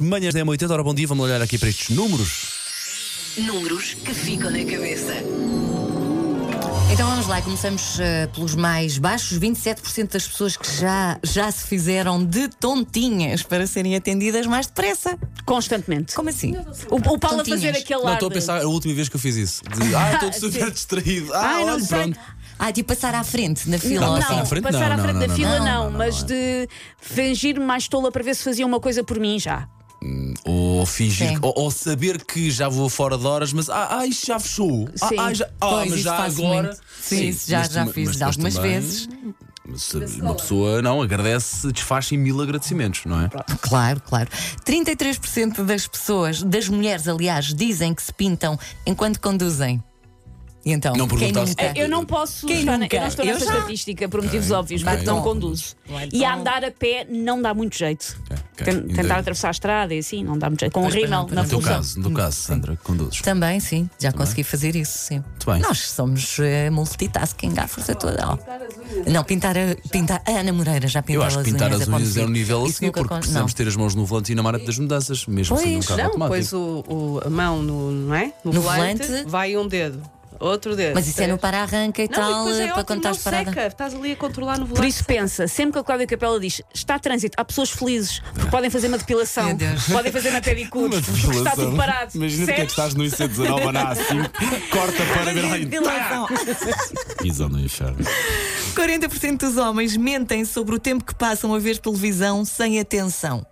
Manhãs da M80, ora bom dia, vamos olhar aqui para estes números. Números que ficam na cabeça. Então vamos lá, começamos eh, pelos mais baixos. 27% das pessoas que já, já se fizeram de tontinhas para serem atendidas mais depressa. Constantemente. Como assim? O, o Paulo a Tontinhas. fazer aquele Não, ar. estou a de- pensar a última vez que eu fiz isso. De, ah, estou super Sim. distraído. Ah, Ai, não olha, sei. pronto. Ah, tipo passar à frente na fila. Não, ou passar à assim. frente, passar não, à frente não, da não, não, fila não, não, não, mas de fingir mais tola para ver se fazia uma coisa por mim já. Ou fingir, Sim. ou, ou saber que já vou fora de horas, mas ah, ah isto já fechou. Ah, Sim. ah, já, ah, Pois, mas isso já faço agora. muito. Sim, isso já- mas já tu- fiz mas algumas depois também, vezes. mas se- uma pessoa não agradece, desfaz em mil agradecimentos, não é? Claro, claro. 33% das pessoas, das mulheres, aliás, dizem que se pintam enquanto conduzem. E então, Não quem perguntaste- nunca? Eu não posso. Quem estar na- nunca? Eu não estou Eu nessa já. estatística por motivos óbvios, ok. então. porque não Vai, conduzo. vai, E então. andar a pé não dá muito jeito. Ok, ok. Ten- Ainda- Tentar atravessar a estrada e assim, não dá muito jeito. Com o rímel na No teu função. caso, no teu caso, Sandra, que conduzes. Também, sim, já consegui fazer isso, sim. bem. Nós somos eh, multitasking à força toda. ó. Não, pintar a, pintar, a Ana Moreira já pintou Eu acho que as pintar unhas. as unhas é um acontecer. nível Isso assim, nunca porque con- precisamos ter as mãos no volante e na marca das mudanças, mesmo sendo um Pois, carro Não, automático. pois o, o- a mão no, não é? No volante. vai um dedo, outro dedo. Mas isso é no para-arranca e Não, e tal, eh, depois é para ótimo, quando estás não parada. seca, estás ali a controlar no volante. Por isso pensa, sempre que a Cláudia Capela diz está a trânsito, há pessoas felizes, porque podem fazer uma depilação, Meu Deus. podem fazer uma pedicure, porque está tudo parado. é Percebes? é no IC19 na A5, corta para ver lá em Depilação. Pisão no inferno. 40% dos homens mentem sobre o tempo que passam a ver televisão sem atenção.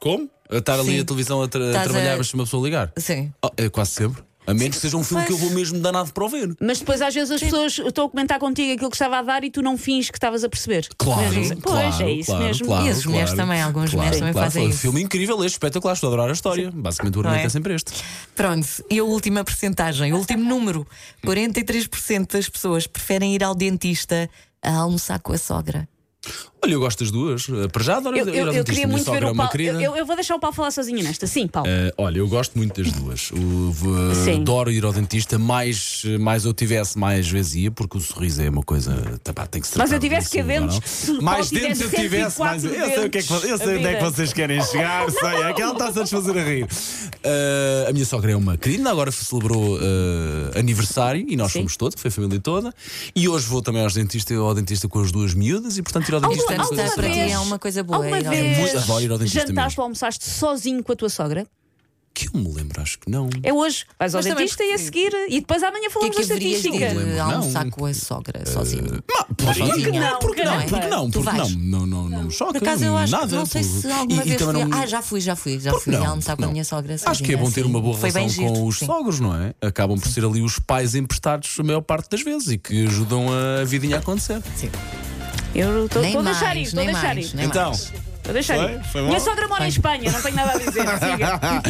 Como? A estar ali Sim. a televisão a, tra- a Estás trabalhar, a- mas se uma pessoa ligar? Sim. Oh, é quase sempre. A menos que seja um filme que eu vou mesmo danado para o ver. Mas depois às vezes as pessoas estão a comentar contigo aquilo que estava a dar e tu não fins que estavas a perceber. Claro, Mas, claro, pois é isso claro, mesmo. Claro, E as mulheres claro, também, algumas claro, mulheres também claro. fazem Foi um isso. filme incrível este, espetacular, estou a adorar a história. Basicamente o argumento é? é? sempre este. Pronto, e a última percentagem, o último número: 43% das pessoas preferem ir ao dentista a almoçar com a sogra. Olha, eu gosto das duas. Uh, Para já adoro Eu, ir ao eu- eu dentista. queria Minha muito sogra ver é o uma Paulo. querida. Eu, eu- eu vou deixar o Paulo falar sozinho nesta. Sim, Paulo. É. Uh, olha, eu gosto muito das duas. O- v- Sim. adoro ir ao dentista, mais, eh, mais eu tivesse, mais vezes ia, porque o sorriso é uma coisa. tá, pá, tem que se Mas tratar eu tivesse disso, que dentes, não? é? se o Mais Paulo tivesse dentes eu tivesse, mais. Eu 104 sei, o que é que, vo- eu sei dentes, onde é que a vida. vocês querem chegar, sei. É que ela está-se a desfazer a rir. Uh, a minha sogra é uma querida, agora celebrou uh, aniversário e nós Sim. fomos todos, foi a família toda. E hoje vou também aos dentista, ao dentista com as duas miúdas e, portanto, ir ao dentista é Portanto, uma alguma está para ti coisa- vez- é uma coisa boa. Alguma ir ao vez muito- adoro ir ao dentista jantaste mesmo. ou almoçaste sozinho com a tua sogra? Que eu me lembro, acho que não. É hoje. Vais ao Mas também dentista e a porque- seguir. E depois amanhã O que é falamos que da haverias estatística. de Não. é Eh, almoçar com a sogra sozinho? Porque não, não, porque não, caramba. porque não, Tu porque não, é vais? não, não, não me choca. Por acaso eu acho nada, que não sei se por- alguma e- e vez fui. também não- Ah, já fui, já fui, já Porque fui não, almoçar com não. a minha sogra. Acho que é sozinha, bom ter sim. uma boa Foi relação bem giro, com os sim. sogros, não é? Acabam por ser ali os pais emprestados a maior parte das vezes e que ajudam a vidinha a acontecer. Eu estou Nem estou a mais, deixar ir, estou a nem deixar mais, ir. nem Então, mais. Estou a deixar ir. Minha sogra mora em Espanha, não tenho nada a dizer. Siga.